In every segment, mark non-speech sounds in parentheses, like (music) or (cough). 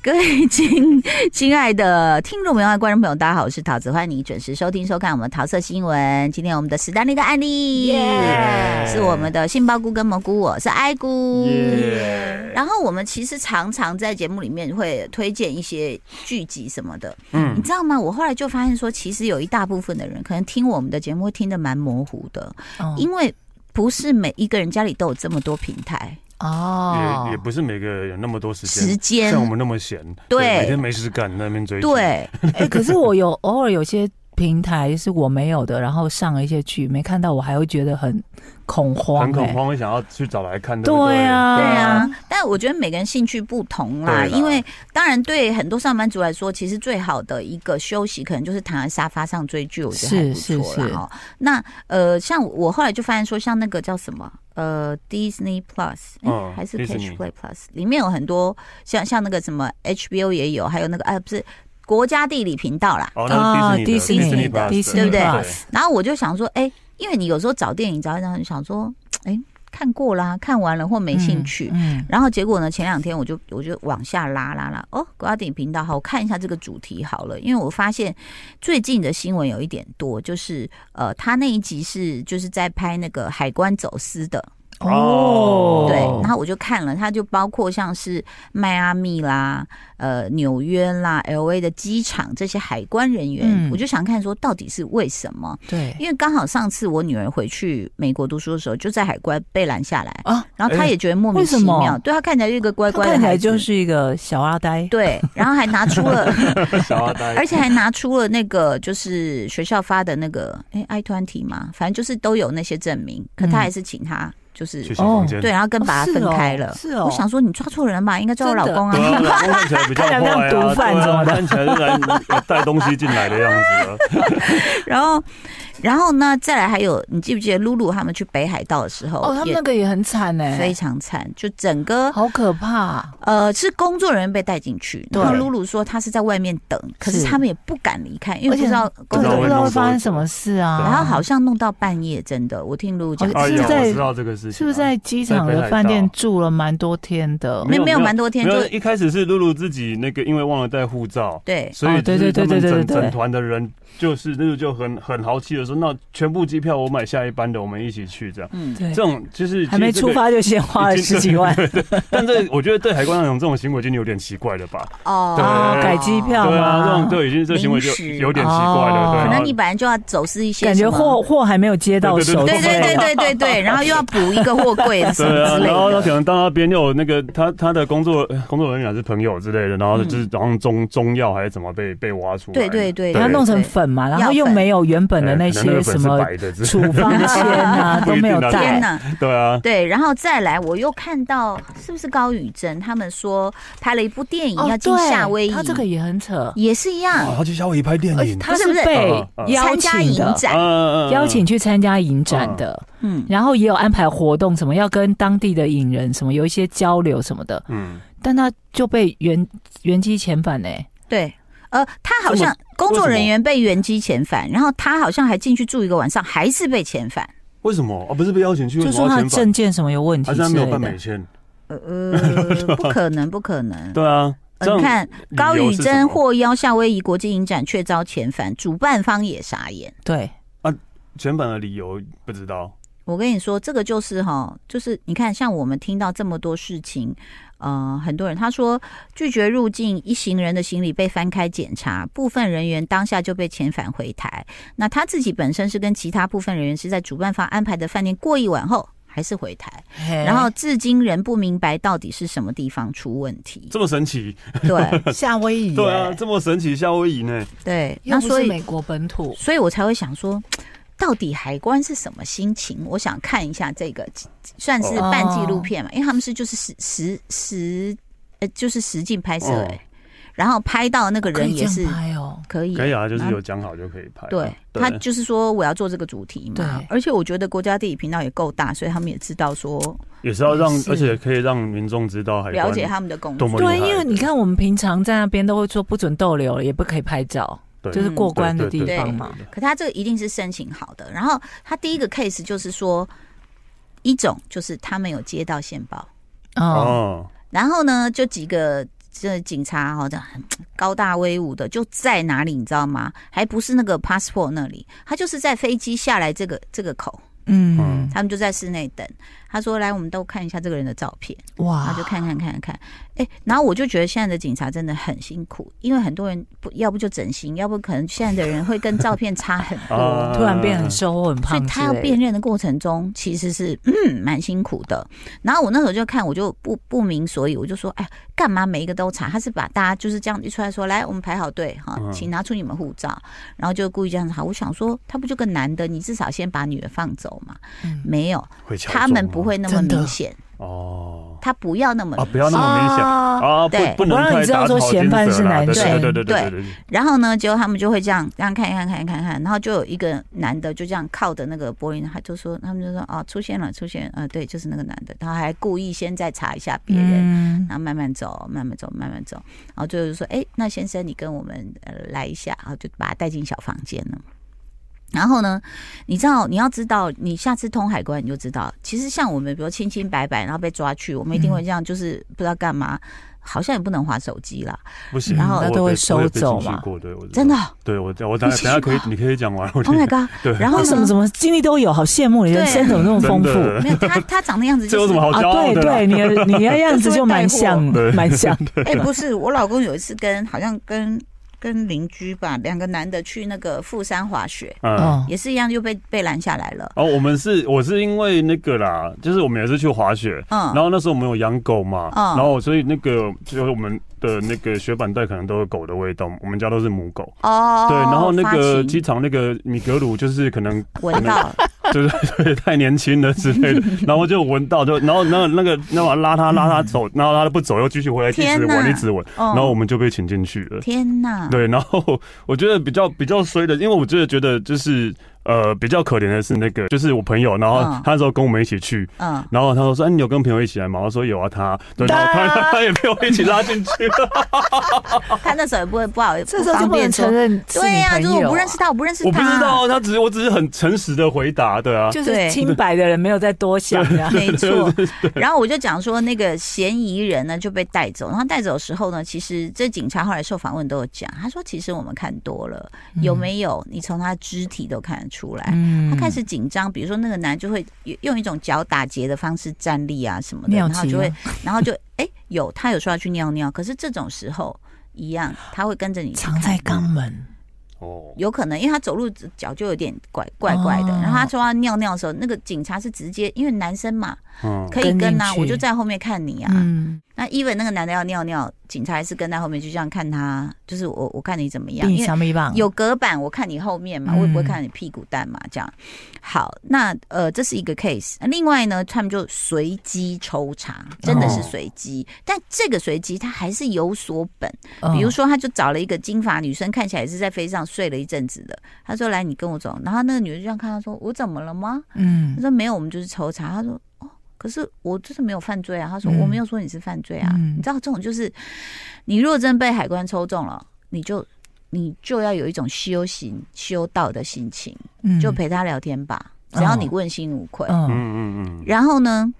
各位亲亲爱的听众朋友、观众朋友，大家好，我是桃子，欢迎你准时收听、收看我们桃色新闻。今天我们的史丹利跟案例 Yeah 是我们的杏鲍菇跟蘑菇，我是爱菇。耶，然后我们其实常常在节目里面会推荐一些剧集什么的，嗯，你知道吗？我后来就发现说，其实有一大部分的人可能听我们的节目会听得蛮模糊的，因为不是每一个人家里都有这么多平台哦也也不是每个人有那么多时间，时间像。我们那么闲，对每天没事干那边追剧，对， (laughs) 哎、可是我有偶尔有些平台是我没有的，然后上了一些剧没看到，我还会觉得很恐慌、很恐哎。慌，会想要去找来看，对不对啊，对啊，但我觉得每个人兴趣不同啦，对啦因为当然对很多上班族来说，其实最好的一个休息可能就是躺在沙发上追剧，我觉得还不是错是啦。哦。那呃，像我后来就发现说，像那个叫什么呃 Disney Plus，哎、嗯还是 Disney Catch Play Plus，里面有很多像像那个什么 HBO 也有，还有那个哎、不是国家地理频道啦，哦，那是迪士尼的，啊迪士尼 Disney 的对不的 Plus，对 Plus 然后我就想说，哎、因为你有时候找电影找一找，你想说，哎、看过啦，看完了或没兴趣。嗯，然后结果呢？前两天我就我就往下拉拉拉，哦，国家电影频道，好，我看一下这个主题好了，因为我发现最近的新闻有一点多，就是呃，他那一集是就是在拍那个海关走私的，嗯哦对， (laughs) 然后我就看了，它就包括像是迈阿密啦、呃纽约啦、L A 的机场这些海关人员，嗯我就想看说到底是为什么？对因为刚好上次我女儿回去美国读书的时候，就在海关被拦下来，啊，然后她也觉得莫名为其什么妙，对她看起来就一个哦乖他乖的孩看子，起来就是一个小阿呆，对，然后还拿出 (laughs) 了，小阿呆，而且还拿出了那个就是学校发的那个哎 I twenty 嘛，反正就是都有那些证明，可他嗯还是请他就是、去小房间，对，然后啊跟哦把他是分哦开了。是哦我想说你抓错人吧，应该抓我老公对啊。 (laughs) 啊，老公看起来比较看起来坏啊，像毒贩对啊什么的看起来是来带东西进来的样子啊，然后，然后呢，再来还有，你记不记得露露他们去北海道的时候，哦，他们那也个也很惨哎、非常惨，就整个好可怕，呃是工作人员被带进去，对然后露露说她是在外面等，可是是他们也不敢离开，因为不而且知道真工的作对不人知员。道会发生什么事啊。然后好像弄到半夜，真的，我听露露讲好，哎是呀，在我知道这个事情啊，是不是在机场在北的海饭店道住了蛮多天的？没没有没有蛮多天没就有，一开始是露露自己那个，因为忘了带护照，对所以哦对就是对他们对对对整对整团的人就是那个就很很豪气的说，那全部机票我买下一班的，我们一起去这样。嗯，对这，种就是还没其实这出个，发就先花了已经 (laughs) 十几 (laughs) 万，但这我觉得对海关那种这种行为已经有点奇怪了 (laughs) 吧？哦对哦，改机票对啊，这嘛种，对已经这个行为就临时有点奇怪了。哦对啊，可能你本来就要走私一些，感觉货。货还没有接到手，对对对对对对，然后又要补一个货柜什对 (laughs) 么啊，之类然后他可的，能到那边又有那个他他的工作工作人员还是朋友之类的，然后就是好像中中药还是怎么被被挖出来的，对对对把它然后弄成粉嘛，然后又没有原本的那可能些个什粉是么白的之类的处方签 (laughs) 啊不 (laughs) 都一定啊没有天带，哪！对 (laughs) 啊，对，然后再来，我又看到是不是高宇珍他们说拍了一部电影要进夏威夷，哦他这个也很扯，也是一哦，样，他去夏威夷拍电而且影，他不是是被不是邀参加请影的，展，嗯邀请去参加影展的，嗯，然后也有安排活动，什么要跟当地的影人什么有一些交流什么的，嗯，但他就被原原机遣返呢。对。呃，他好像工作人员被原机遣返，然后他好像还进去住一个晚上，还是被遣返。为什么啊？不是被邀请去，就为什说么他要的遣证返？件什么有问题还是他之没有类办美的。签？呃 (laughs) 呃，不可能，不可能。对啊，这呃样你看，理由高宇是什珍么获邀夏威夷国际影展，却遭遣返，主办方也傻眼。对，全版的理由不知道，我跟你说，这个就是哈，就是你看，像我们听到这么多事情，呃，很多人他说拒绝入境，一行人的行李被翻开检查，部分人员当下就被遣返回台。那他自己本身是跟其他部分人员是在主办方安排的饭店过一晚后，还是回台，嘿然后至今仍不明白到底是什么地方出问题。这么神奇，对夏威夷 (laughs) 耶，对啊，这么神奇，夏威夷呢？对，又那不所是以美国本土，所以我才会想说，到底海关是什么心情？我想看一下这个，算是哦半纪录片嘛，因为他们是就是实实实，呃，就是实境拍摄、哦哎、然后拍到那个可人以这也样是拍哦，可以，可以啊，就是有讲好就可以拍啊。对他就是说我要做这个主题嘛对，而且我觉得国家地理频道也够大，所以他们也知道说也是要让也，是而且可以让民众知道海关了解他们的工多作，么厉害对，因为你看我们平常在那边都会说不准逗留，也不可以拍照，对就是过关的地对对方嘛。可他这个一定是申请好的。然后他第一个 case 就是说，一种就是他们有接到线报，哦，哦，然后呢，就几个这警察哈、哦，这样很高大威武的，就在哪里你知道吗？还不是那个 passport 那里，他就是在飞机下来这个这个口，嗯嗯，他们就在室内等。他说：“来，我们都看一下这个人的照片。”然哇，后就看看看看，哎、然后我就觉得现在的警察真的很辛苦，因为很多人不要不就整形，要不可能现在的人会跟照片差很多。啊突然变很瘦或很所胖以之类的，他要辨认的过程中，其实是嗯蛮辛苦的。然后我那时候就看，我就不不明所以，我就说，哎，干嘛每一个都查？他是把大家就是这样一出来说，来，我们排好队哈，嗯请拿出你们护照，然后就故意这样查。我想说，他不就个男的，你至少先把女的放走嘛？嗯没有，会敲钟吗他们不会那么啊真的明显，哦他不要那么啊，明不要那么明显啊啊，对不不能我让太你知道打说草嫌惊犯蛇是啦男对生对对对对对对，然后呢，结果他们就会这样这样看一看看一看看一看，然后就有一个男的就这样靠着那个柏林，他就说他们就说哦出现了出现啊、呃对，就是那个男的，他还故意先再查一下别人，嗯然后慢慢走慢慢走慢慢走，然后最后就说哎那先生你跟我们呃来一下，然后就把他带进小房间了。然后呢，你知道你要知道，你下次通海关你就知道，其实像我们比如清清白白，然后被抓去，我们一定会这样，就是不知道干嘛，好像也不能划手机啦，不行，然后我他也都会被收我也被进走去嘛过对，我知道真的。对我我等下 (laughs) 你进去等下可以过你可以讲完，我 Oh 觉 my 得 god！对，然后为什么呢什么经历都有，好羡慕你人对生怎么那么丰真富 (laughs) 的没有他，他长那样子 (laughs) 这有就什是么好啊？骄傲对哦的啦？ (laughs) 对，你的你的样子就蛮像就，带货蛮 (laughs) 像，哎、啊不是，我老公有一次跟好像跟跟邻居吧，两个男的去那个富山滑雪，嗯。哦，也是一样就被被拦下来了。哦，我们是我是因为那个啦，就是我们也是去滑雪，嗯，然后那时候我们有养狗嘛，嗯然后所以那个就是我们的那个雪板带可能都有狗的味道，我们家都是母狗。哦，对，然后那发个情机场那个米格鲁就是可能闻到了，就是对太年轻了之 (laughs) 类的，然后就闻到就然后那那个那我拉他拉他走，然后他不走又继续回来一天直哪哦闻一直闻，然 (laughs) 然后我们就被请进去了。嗯天哪， (laughs) 对，然后我觉得比较比较衰的，因为我真的觉得就是呃比较可怜的是那个就是我朋友，然后嗯他那时候跟我们一起去，嗯，然后他就说：“哎、你有跟朋友一起来吗？”我说：“有啊，他。” (laughs) 对，然后当他然他也被我一起拉进去了。他那时候也不会不好，这时不候就方不便能承说。认是对你呀、朋就是友我不啊认识， (laughs) 他，我不认识他，我不知道，啊他只是我只是很诚实的回答，对 (laughs) 啊，就是清白的人没有再多想 (laughs) 呀。没错。然后我就讲说，那个嫌疑人呢就被带走，然后带走的时候呢，其实这警察后来受访问都有讲，他说其实我们看多了，有没有？你从他肢体都看得出来。嗯他开始紧张，比如说那个男就会用一种脚打结的方式站立啊什么的，尿然后急就会了，然后就 (laughs) 哎、有他有说要去尿尿，可是这种时候一样，他会跟着你去藏看在肛门，哦，有可能，因为他走路脚就有点怪怪怪的。哦然后他说他尿尿的时候，那个警察是直接，因为男生嘛嗯，可以跟跟进啊，去我就在后面看你啊。嗯，那 even 那个男的要尿尿，警察还是跟在后面就这样看他，就是我我看你怎么样，比因你为强没棒，有隔板，我看你后面嗯嘛，我也不会看你屁股蛋嘛，这样。好，那呃，这是一个 case。另外呢，他们就随机抽查，真的是随机，哦但这个随机它还是有所本。嗯，比如说，他就找了一个金发女生，看起来也是在飞机上睡了一阵子的。他说：“来，你跟我走。”然后那个女的就这样看他说：“我怎么了吗？”他嗯，说：“没有，我们就是抽查。”他说：“哦，可是我就是没有犯罪啊。”他说：“嗯我没有说你是犯罪啊。嗯你知道这种就是，你如果真被海关抽中了，你就你就要有一种修行修道的心情，嗯就陪他聊天吧，只要你问心无愧。嗯嗯嗯嗯，然后呢，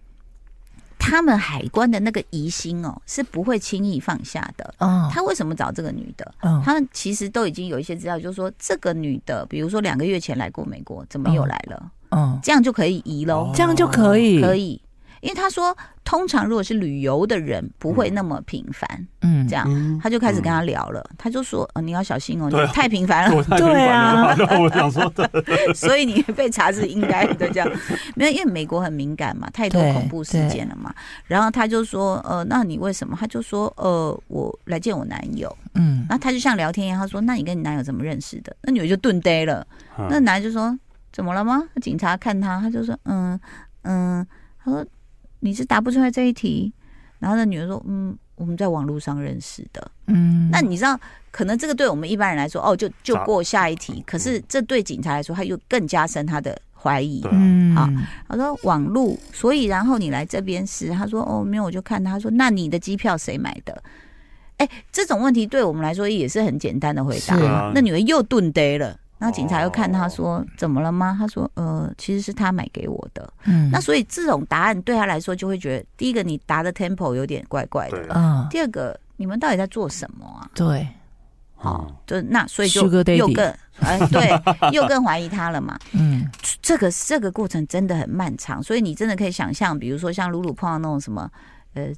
他们海关的那个疑心哦，是不会轻易放下的。嗯他为什么找这个女的？嗯他们其实都已经有一些资料，就是说这个女的，比如说两个月前来过美国，怎么又来了？嗯，这样就可以移喽，哦这样就可以，可以。因为他说通常如果是旅游的人不会那么频繁，嗯这，样嗯，他就开始跟他聊了，他就说：“哦，你要小心哦，对啊你太频繁 (laughs) 了，我太频繁啊了吧，那我想说，所以你被查是应该的。”这样，没有，因为美国很敏感嘛，太多对恐怖事对件了嘛。然后他就说：“呃，那你为什么？”他就说：“呃，我来见我男友。”嗯，然后他就像聊天一样，他说：“那你跟你男友怎么认识的？”那女的就顿呆了。 (laughs) 嗯那男的就说：“怎么了吗？”警察看他，他就说：“嗯嗯。”他说：“你是答不出来这一题。”然后那女的说：“嗯，我们在网络上认识的。嗯，那你知道，可能这个对我们一般人来说，哦，就就过下一题。可是这对警察来说，他又更加深他的怀疑。对嗯好他说：“网络，所以然后你来这边是？”他说：“哦，没有，我就看他。”他说：“那你的机票谁买的？”哎，这种问题对我们来说也是很简单的回答是。啊哦那女人又顿呆了，然后警察又看她说、怎么了吗？她说呃，其实是他买给我的。嗯，那所以这种答案对她来说就会觉得，第一个你答的 tempo 有点怪怪的，对，啊，第二个你们到底在做什么啊？对，嗯哦，就那所以就 Sugar daddy 又更哎 (laughs) 对，又更怀疑她了嘛。嗯这个这个过程真的很漫长，所以你真的可以想象，比如说像露露碰到那种什么呃。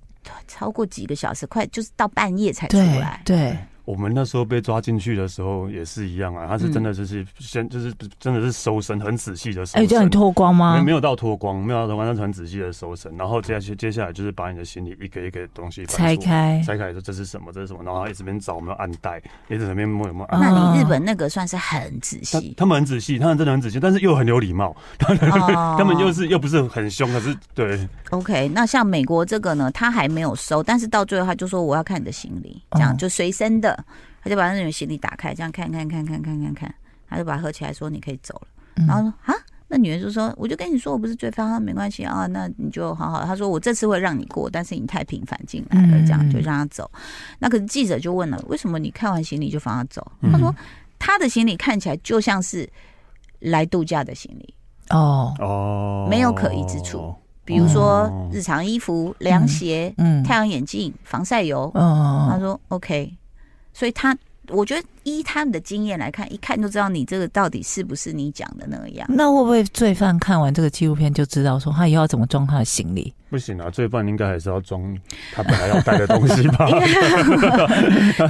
超过几个小时，快就是到半夜才出对来。对，我们那时候被抓进去的时候也是一样啊，他是真的就是先就是真的是搜身，很仔细的搜哎，叫你身。啊脱光没啊吗？没有到脱光，没有到脱光，但是很仔细的搜身，然后接下去接下来就是把你的行李一个一个东西搬拆出来，开，拆开说这是什么，这是什么，然后一直边找有没有暗袋，一直在那边摸有没有暗嗯袋。那你日本那个算是很仔他细，哦他们很仔细，他们真的很仔细，但是又很有礼貌，他他 (laughs) 们又是又不是很凶，可是对 OK，那像美国这个呢，他还没有收，但是到最后他就说我要看你的行李，这样哦就随身的，他就把那种行李打开，这样看看看看看看看，他就把它合起来说你可以走了，嗯然后说啊。那女人就说：“我就跟你说，我不是罪犯，啊，没关系啊，那你就好好。”他说：“我这次会让你过，但是你太频繁进来了，嗯这样嗯就让他走。”那可是记者就问了：“为什么你看完行李就放他走？”嗯他说：“他的行李看起来就像是来度假的行李，哦，哦，没有可疑之处，比如说哦日常衣服、凉鞋、嗯，太阳眼镜、防晒油。他嗯，说 OK，所以他我觉得依他们的经验来看，一看就知道你这个到底是不是你讲的那 (laughs) 样。嗯那会不会罪犯看完这个纪录片就知道说他以后要怎么装他的 (laughs) 行李？不行啊，罪犯应该还是要装他本来要带的东西 (laughs) 吧，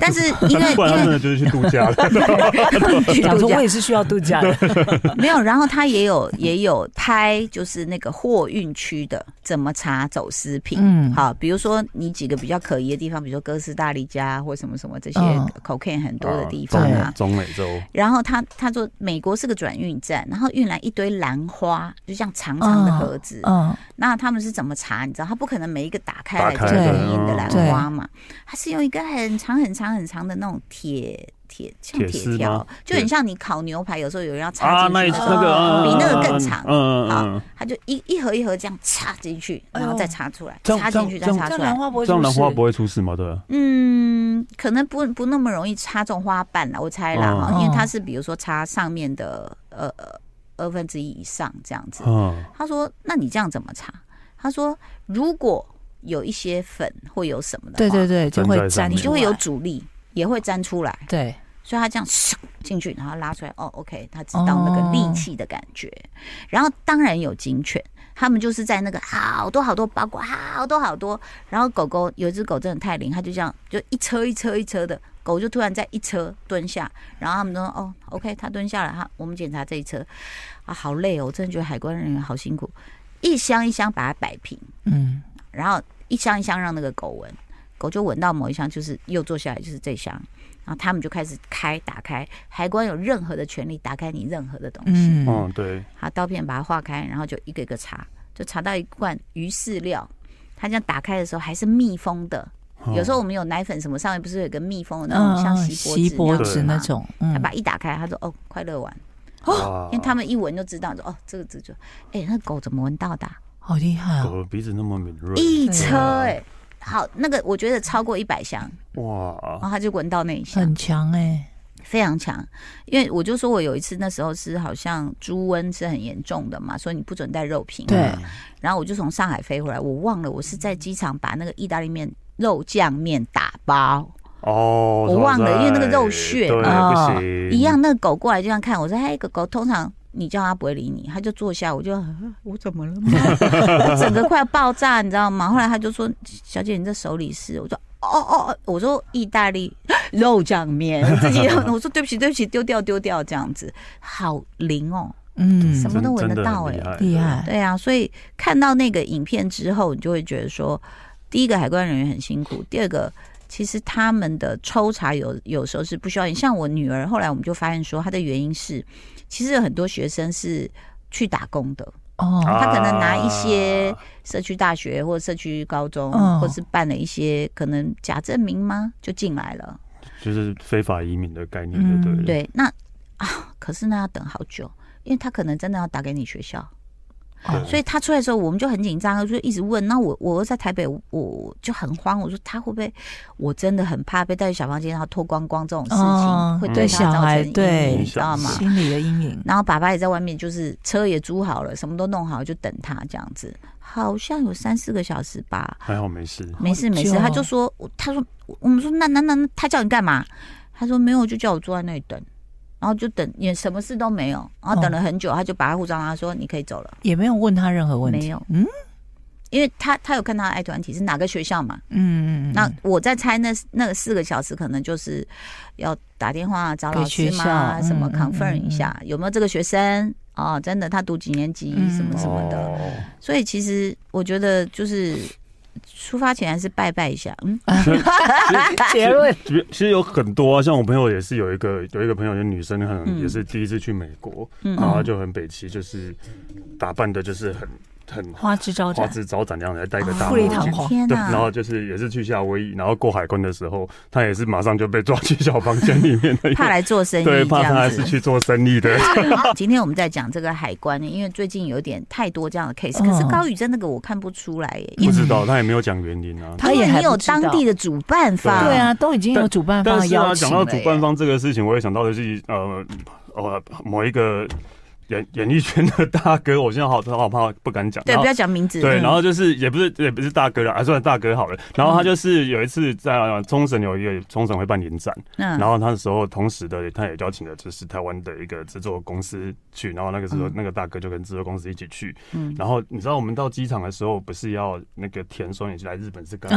但是因 (laughs) 为不然他因为真的就是去度假了。 (laughs) 去讲度说假我也是需要度 (laughs) 假的，没有，然后他也有也有拍，就是那个货运区的怎么查走私品。嗯，好，比如说你几个比较可疑的地方，比如说哥斯达黎加或什么什么这些嗯哦 cocaine 很多的地对方啊，啊中美中美洲，然后他他说美国是个转运站，然后运来一堆兰花，就像长长的盒子。嗯，那他们是怎么查？你知道，他不可能每一个打开来打就开是对硬硬的对兰花嘛，它是用一根很长很长很长的那种铁铁像铁铁丝条吗，就很像你烤牛排，有时候有人要啊插，那进一去，那个嗯哦比那个更长嗯嗯好嗯，它就一一盒一盒这样插进去，哎然呦后再插出来，这样插进去再这样插这出来样兰。花嗯不会这样兰花出事不会出事吗？对，嗯，可能不不那么容易插中花瓣啦，我猜啦哈，嗯因为哦它是比如说插上面的呃呃二分之一以上这样子。嗯，他说：“那你这样怎么查？”他说：“如果有一些粉或有什么的对话，对对，就会粘在上粘面出来，你就会有阻力，也会粘出来。对，所以他这样咻进去，然后拉出来，哦，OK，他知道那个力气的感觉。然后当然有警犬，他们就是在那个好多好多包裹，好多好多。然后狗狗有一只狗真的太灵，它就这样就一车一车一车的，狗就突然在一车蹲下，然后他们都说哦，OK，它蹲下了，哈，我们检查这一车啊，好累哦，我真的觉得海关人员好辛苦，一箱一箱把它摆平，嗯，然后一箱一箱让那个狗闻，狗就闻到某一箱，就是又坐下来就是这箱，然后他们就开始开打开，海关有任何的权利打开你任何的东西，嗯，嗯，对，好刀片把它划开，然后就一个一个查，就查到一罐鱼饲料，它这样打开的时候还是密封的，哦嗯有时候我们有奶粉什么上面不是有一个密封的那种、像锡嗯锡箔箔纸纸那样子吗。种，他嗯把，它一打开，他说：“哦，快乐丸。哇”哦因为他们一闻就知道，说：“哦，这个这就……哎、那狗怎么闻到的啊、好厉害狗哦，的鼻子那么敏锐，一对车啊哎、好，那个我觉得超过一百箱，然哇，后他就闻到那一箱很，强哎，非常强。因为我就说我有一次那时候是好像猪瘟是很严重的嘛，所以你不准带肉品。对，然后我就从上海飞回来，我忘了我是在机场把那个意大利面肉酱面打包。哦，我忘了因为那个肉屑啊哦对，嘛不行，哎一样，那个狗过来就这样看我说：“嘿，狗狗，通常你叫他不会理你，他就坐下，我就啊我怎么了吗？ (laughs) 我整个快要爆炸，你知道吗？后来他就说：“小姐，你这手里是？”我说：“哦哦，哦我说意大利 (gasps) 肉酱面，自己我说对不起对不起，丢掉丢掉这样子，好灵哦，嗯什么都闻真得的到很哎、厉厉害，害，对啊，所以看到那个影片之后，你就会觉得说，第一个海关人员很辛苦，第二个其实他们的抽查有有时候是不需要你。像我女儿后来我们就发现说，她的原因是，其实有很多学生是去打工的，哦，他可能拿啊一些社区大学或社区高中，哦或是办了一些可能假证明吗，就进来了。就是非法移民的概念，嗯对不对了？对，那啊，可是那要等好久，因为他可能真的要打给你学校。哦所以他出来的时候，我们就很紧张，就一直问。那我我在台北，我我就很慌，我说他会不会？我真的很怕被带去小房间，然后脱光光这种事情，哦会对对小他造孩成阴对影，你知道吗？心理的阴影，然后爸爸也在外面，就是车也租好了，什么都弄好，就等他这样子。好像有三四个小时吧，还好没事。没事没事，久哦他就说，我他说我们说那那那那他叫你干嘛？他说没有，就叫我坐在那里等，然后就等也什么事都没有，然后等哦了很久，他就把他护照拿，他说你可以走了，也没有问他任何问题，没有嗯因为他他有看他的爱团体是哪个学校嘛，嗯嗯，嗯那我在猜那那个四个小时可能就是要打电话找老师给学校嘛，嗯什么嗯 confirm 嗯一下、有没有这个学生啊、真的他读几年级嗯什么什么的，哦所以其实我觉得就是出发前还是拜拜一下，嗯，啊结论其实其实有很多啊，像我朋友也是有一个有一个朋友，就女生，可能嗯也是第一次去美国，嗯然后她就很北齐，就是打扮的，就是很很花枝招花展，枝招展那样的，戴个哦大富丽墨堂镜。皇天对，哪、然 (laughs) 后就是也是去夏威夷，然后过海关的时候，她也是马上就被抓去小房间里面的，怕来做生意，对，怕这她样是子。啊去做生意的。今天我们在讲这个海关，因为最近有点太多这样的 case，、可是嗯高宇真那个我看不出来耶，因不为知道，他也没有讲原因啊。他因也为还你有不知道当地的主办方，对啊，都已经有但主办方但的是邀啊，请讲了到耶，主办方这个事情，我也想到的是，呃，哦，某一个演演艺圈的大哥，我现在好好怕不敢讲。对，然后不要讲名字，对，嗯然后就是也不是也不是大哥了，啊，算大哥好了。然后他就是有一次在呃冲绳有一个冲绳会办影展，嗯然后那时候同时的他也邀请了就是台湾的一个制作公司去，然后那个时候嗯那个大哥就跟制作公司一起去。嗯然后你知道我们到机场的时候不是要那个填说你是来日本是干嘛？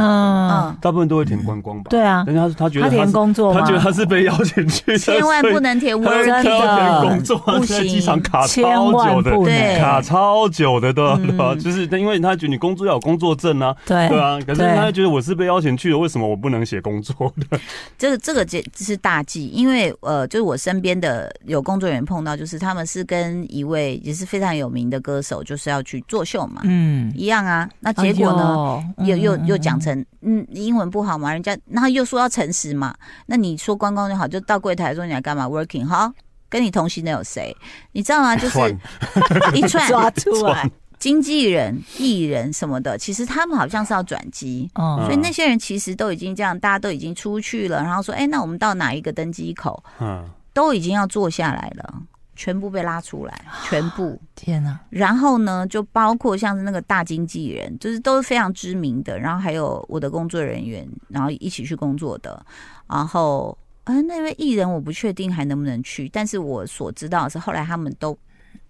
(laughs) 嗯，嗯，大部分都会填观光吧？对啊，但是他他觉他得他填是工作他吗觉？得他是被邀请去的，千万不能填所以 work 他真的他要填工作，他不在行机场卡千超久万不的，对能卡超久的，对吧？啊嗯对吧？就是因为他觉得你工作要有工作证啊，对对啊。可是对他觉得我是被邀请去的，为什么我不能写工作的？这个这个这是大忌，因为呃，就是我身边的有工作人员碰到，就是他们是跟一位也是非常有名的歌手，就是要去作秀嘛，嗯，一样啊。那结果呢，哎呦又又又讲嗯成嗯英文不好嘛，人家然后又说要诚实嘛，那你说观光就好，就到柜台说你来干嘛 working 哈，跟你同行的有谁？你知道吗？就是 (laughs) 一嗯串抓 (laughs) 出来，经纪人、艺人什么的，其实他们好像是要转机。哦所嗯以那些人其实都已经这样，大家都已经出去了，然后说，哎、那我们到哪一个登机口，嗯，都已经要坐下来了，全部被拉出来，全部。天哪，然后呢，就包括像是那个大经纪人，就是都是非常知名的，然后还有我的工作人员，然后一起去工作的，然后。呃，那位艺人我不确定还能不能去，但是我所知道的是后来他们都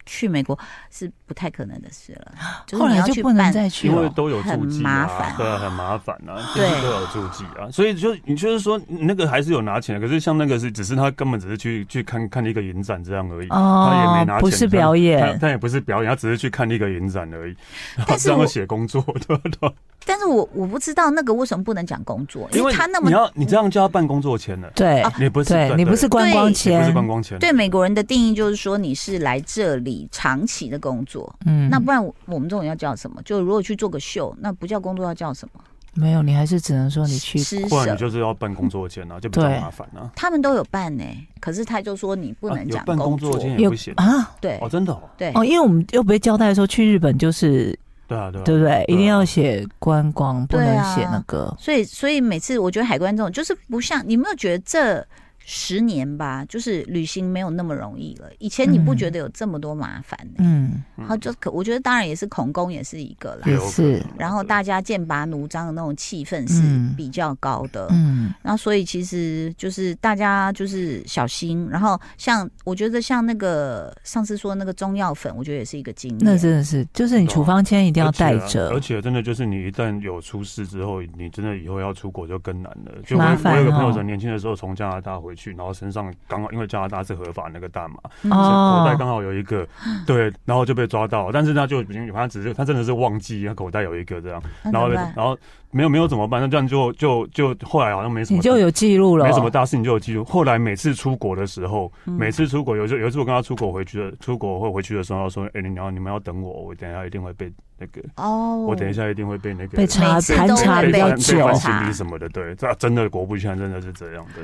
去美国是不太可能的事了，就是后你来要就去不能办再去因为了，都有注记很麻烦啊，对啊，很麻烦啊，就对是都有注记啊，所以就你就是说那个还是有拿钱的，可是像那个是只是他根本只是去去看看一个影展这样而已，哦他也没拿钱哦不是表他演，他也不是表演，他只是去看一个影展而已。 (laughs) 他但是这样我写工作，对吧 (laughs) 对吧？啊但是我我不知道那个为什么不能讲工作，因为他那么你要你这样就要办工作签了，对啊你不是对，你不是观对光你不是签，观光签，对美国人的定义就是说你是来这里长期的工作，嗯，那不然我我们这种要叫什么？就如果去做个秀，那不叫工作要叫什么？没有，你还是只能说你去施不然你舍。就是要办工作签啊，就比较对麻烦啊。他们都有办呢、可是他就说你不能啊讲有办工作作，签也不行啊，对哦，真的哦，对哦，因为我们又被交代说去日本就是对啊，对啊，对不对，对啊一定要写观光，不对能啊写那个，所以所以每次我觉得海关这种就是不像，你有没有觉得这十年吧，就是旅行没有那么容易了。以前你不觉得有这么多麻烦、欸，啊嗯，然后就可我觉得当然也是恐攻也是一个啦，也是，啊然后大家剑拔弩张的那种气氛是嗯比较高的，嗯然后所以其实就是大家就是小心，然后像我觉得像那个上次说那个中药粉，我觉得也是一定要带着一个经验。那真的是，就是你处方签一定要带着、啊而且真的就是你一旦有出事之后，你真的以后要出国就更难了。就麻我烦我有个哦朋友，人年轻的时候从加拿大回去，然后身上刚好因为加拿大是合法那个大麻，嗯所以口袋刚哦，好有一个，对，然后就被抓到，但是他就已经他只是他真的是忘记他口袋有一个这样，那怎然后呢么办然后没有没有怎么办？那这样就就就后来好像没什么，你就有记录了，嗯没什么大事，你就有记录。后来每次出国的时候，嗯每次出国有时候有一次我跟他出国回去的，出国或回去的时候，他说：“哎、你要你们要等我，我等一下一定会被那个，哦，我等一下一定会被那个被查每次盘都查会被比较翻被久翻查，行李什么的。”对，这真的果不其然，真的是这样的。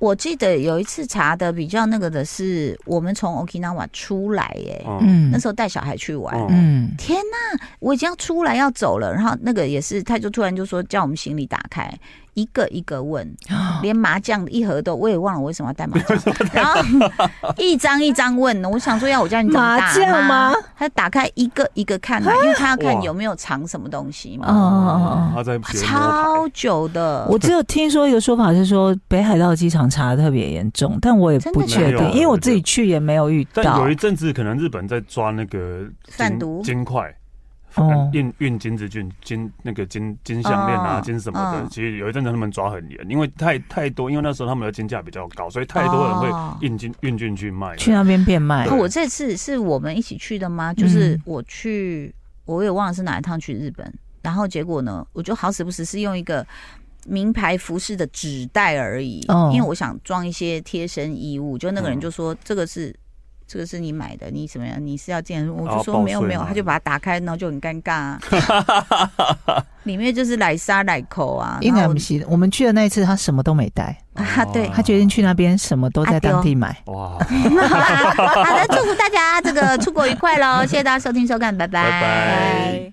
我记得有一次查的比较那个的是，我们从 Okinawa 出来耶、嗯嗯那时候带小孩去玩。嗯嗯天呐，我已经要出来要走了，然后那个也是，他就突然就说叫我们行李打开，一个一个问， (gasps) 连麻将一盒都我也忘了我为什么要带麻将， (laughs) 然后一张一张问，我想说要我叫你长大麻将吗？他打开一个一个看啊，因为他要看哇有没有藏什么东西哦嘛，哦哦。啊他在学摸超久的，我只有听说一个说法是说北海道机场查的特别严重，但我也不确真的假定，的因为我自己去也没有遇牌，但到有一。阵子可能日本在抓那个金贩毒金块。呃哦运运金子菌金那个金金项链啊、哦金什么的，嗯其实有一阵子他们抓很严，因为太太多，因为那时候他们的金价比较高，所以太多人哦会运进运进去卖。去啊那边变卖哦，我这次是我们一起去的吗？就是嗯我去，我也忘了是哪一趟去日本，然后结果呢，我就好死不死是用一个名牌服饰的纸袋而已，哦因为我想装一些贴身衣物。就那个人嗯就说、这个是。这个是你买的，你怎么样？你是要这样？我然就后说报没有税没有，吗他就把它打开，然后就很尴尬、啊， (laughs) 里面就是奶沙奶口啊，应然该后不是。我们去的那一次，他什么都没带，啊 (laughs) 对他决定去那边什么都啊在哦当地买。哇，好的，祝福大家这个出国愉快喽！谢谢大家收听收看，拜拜拜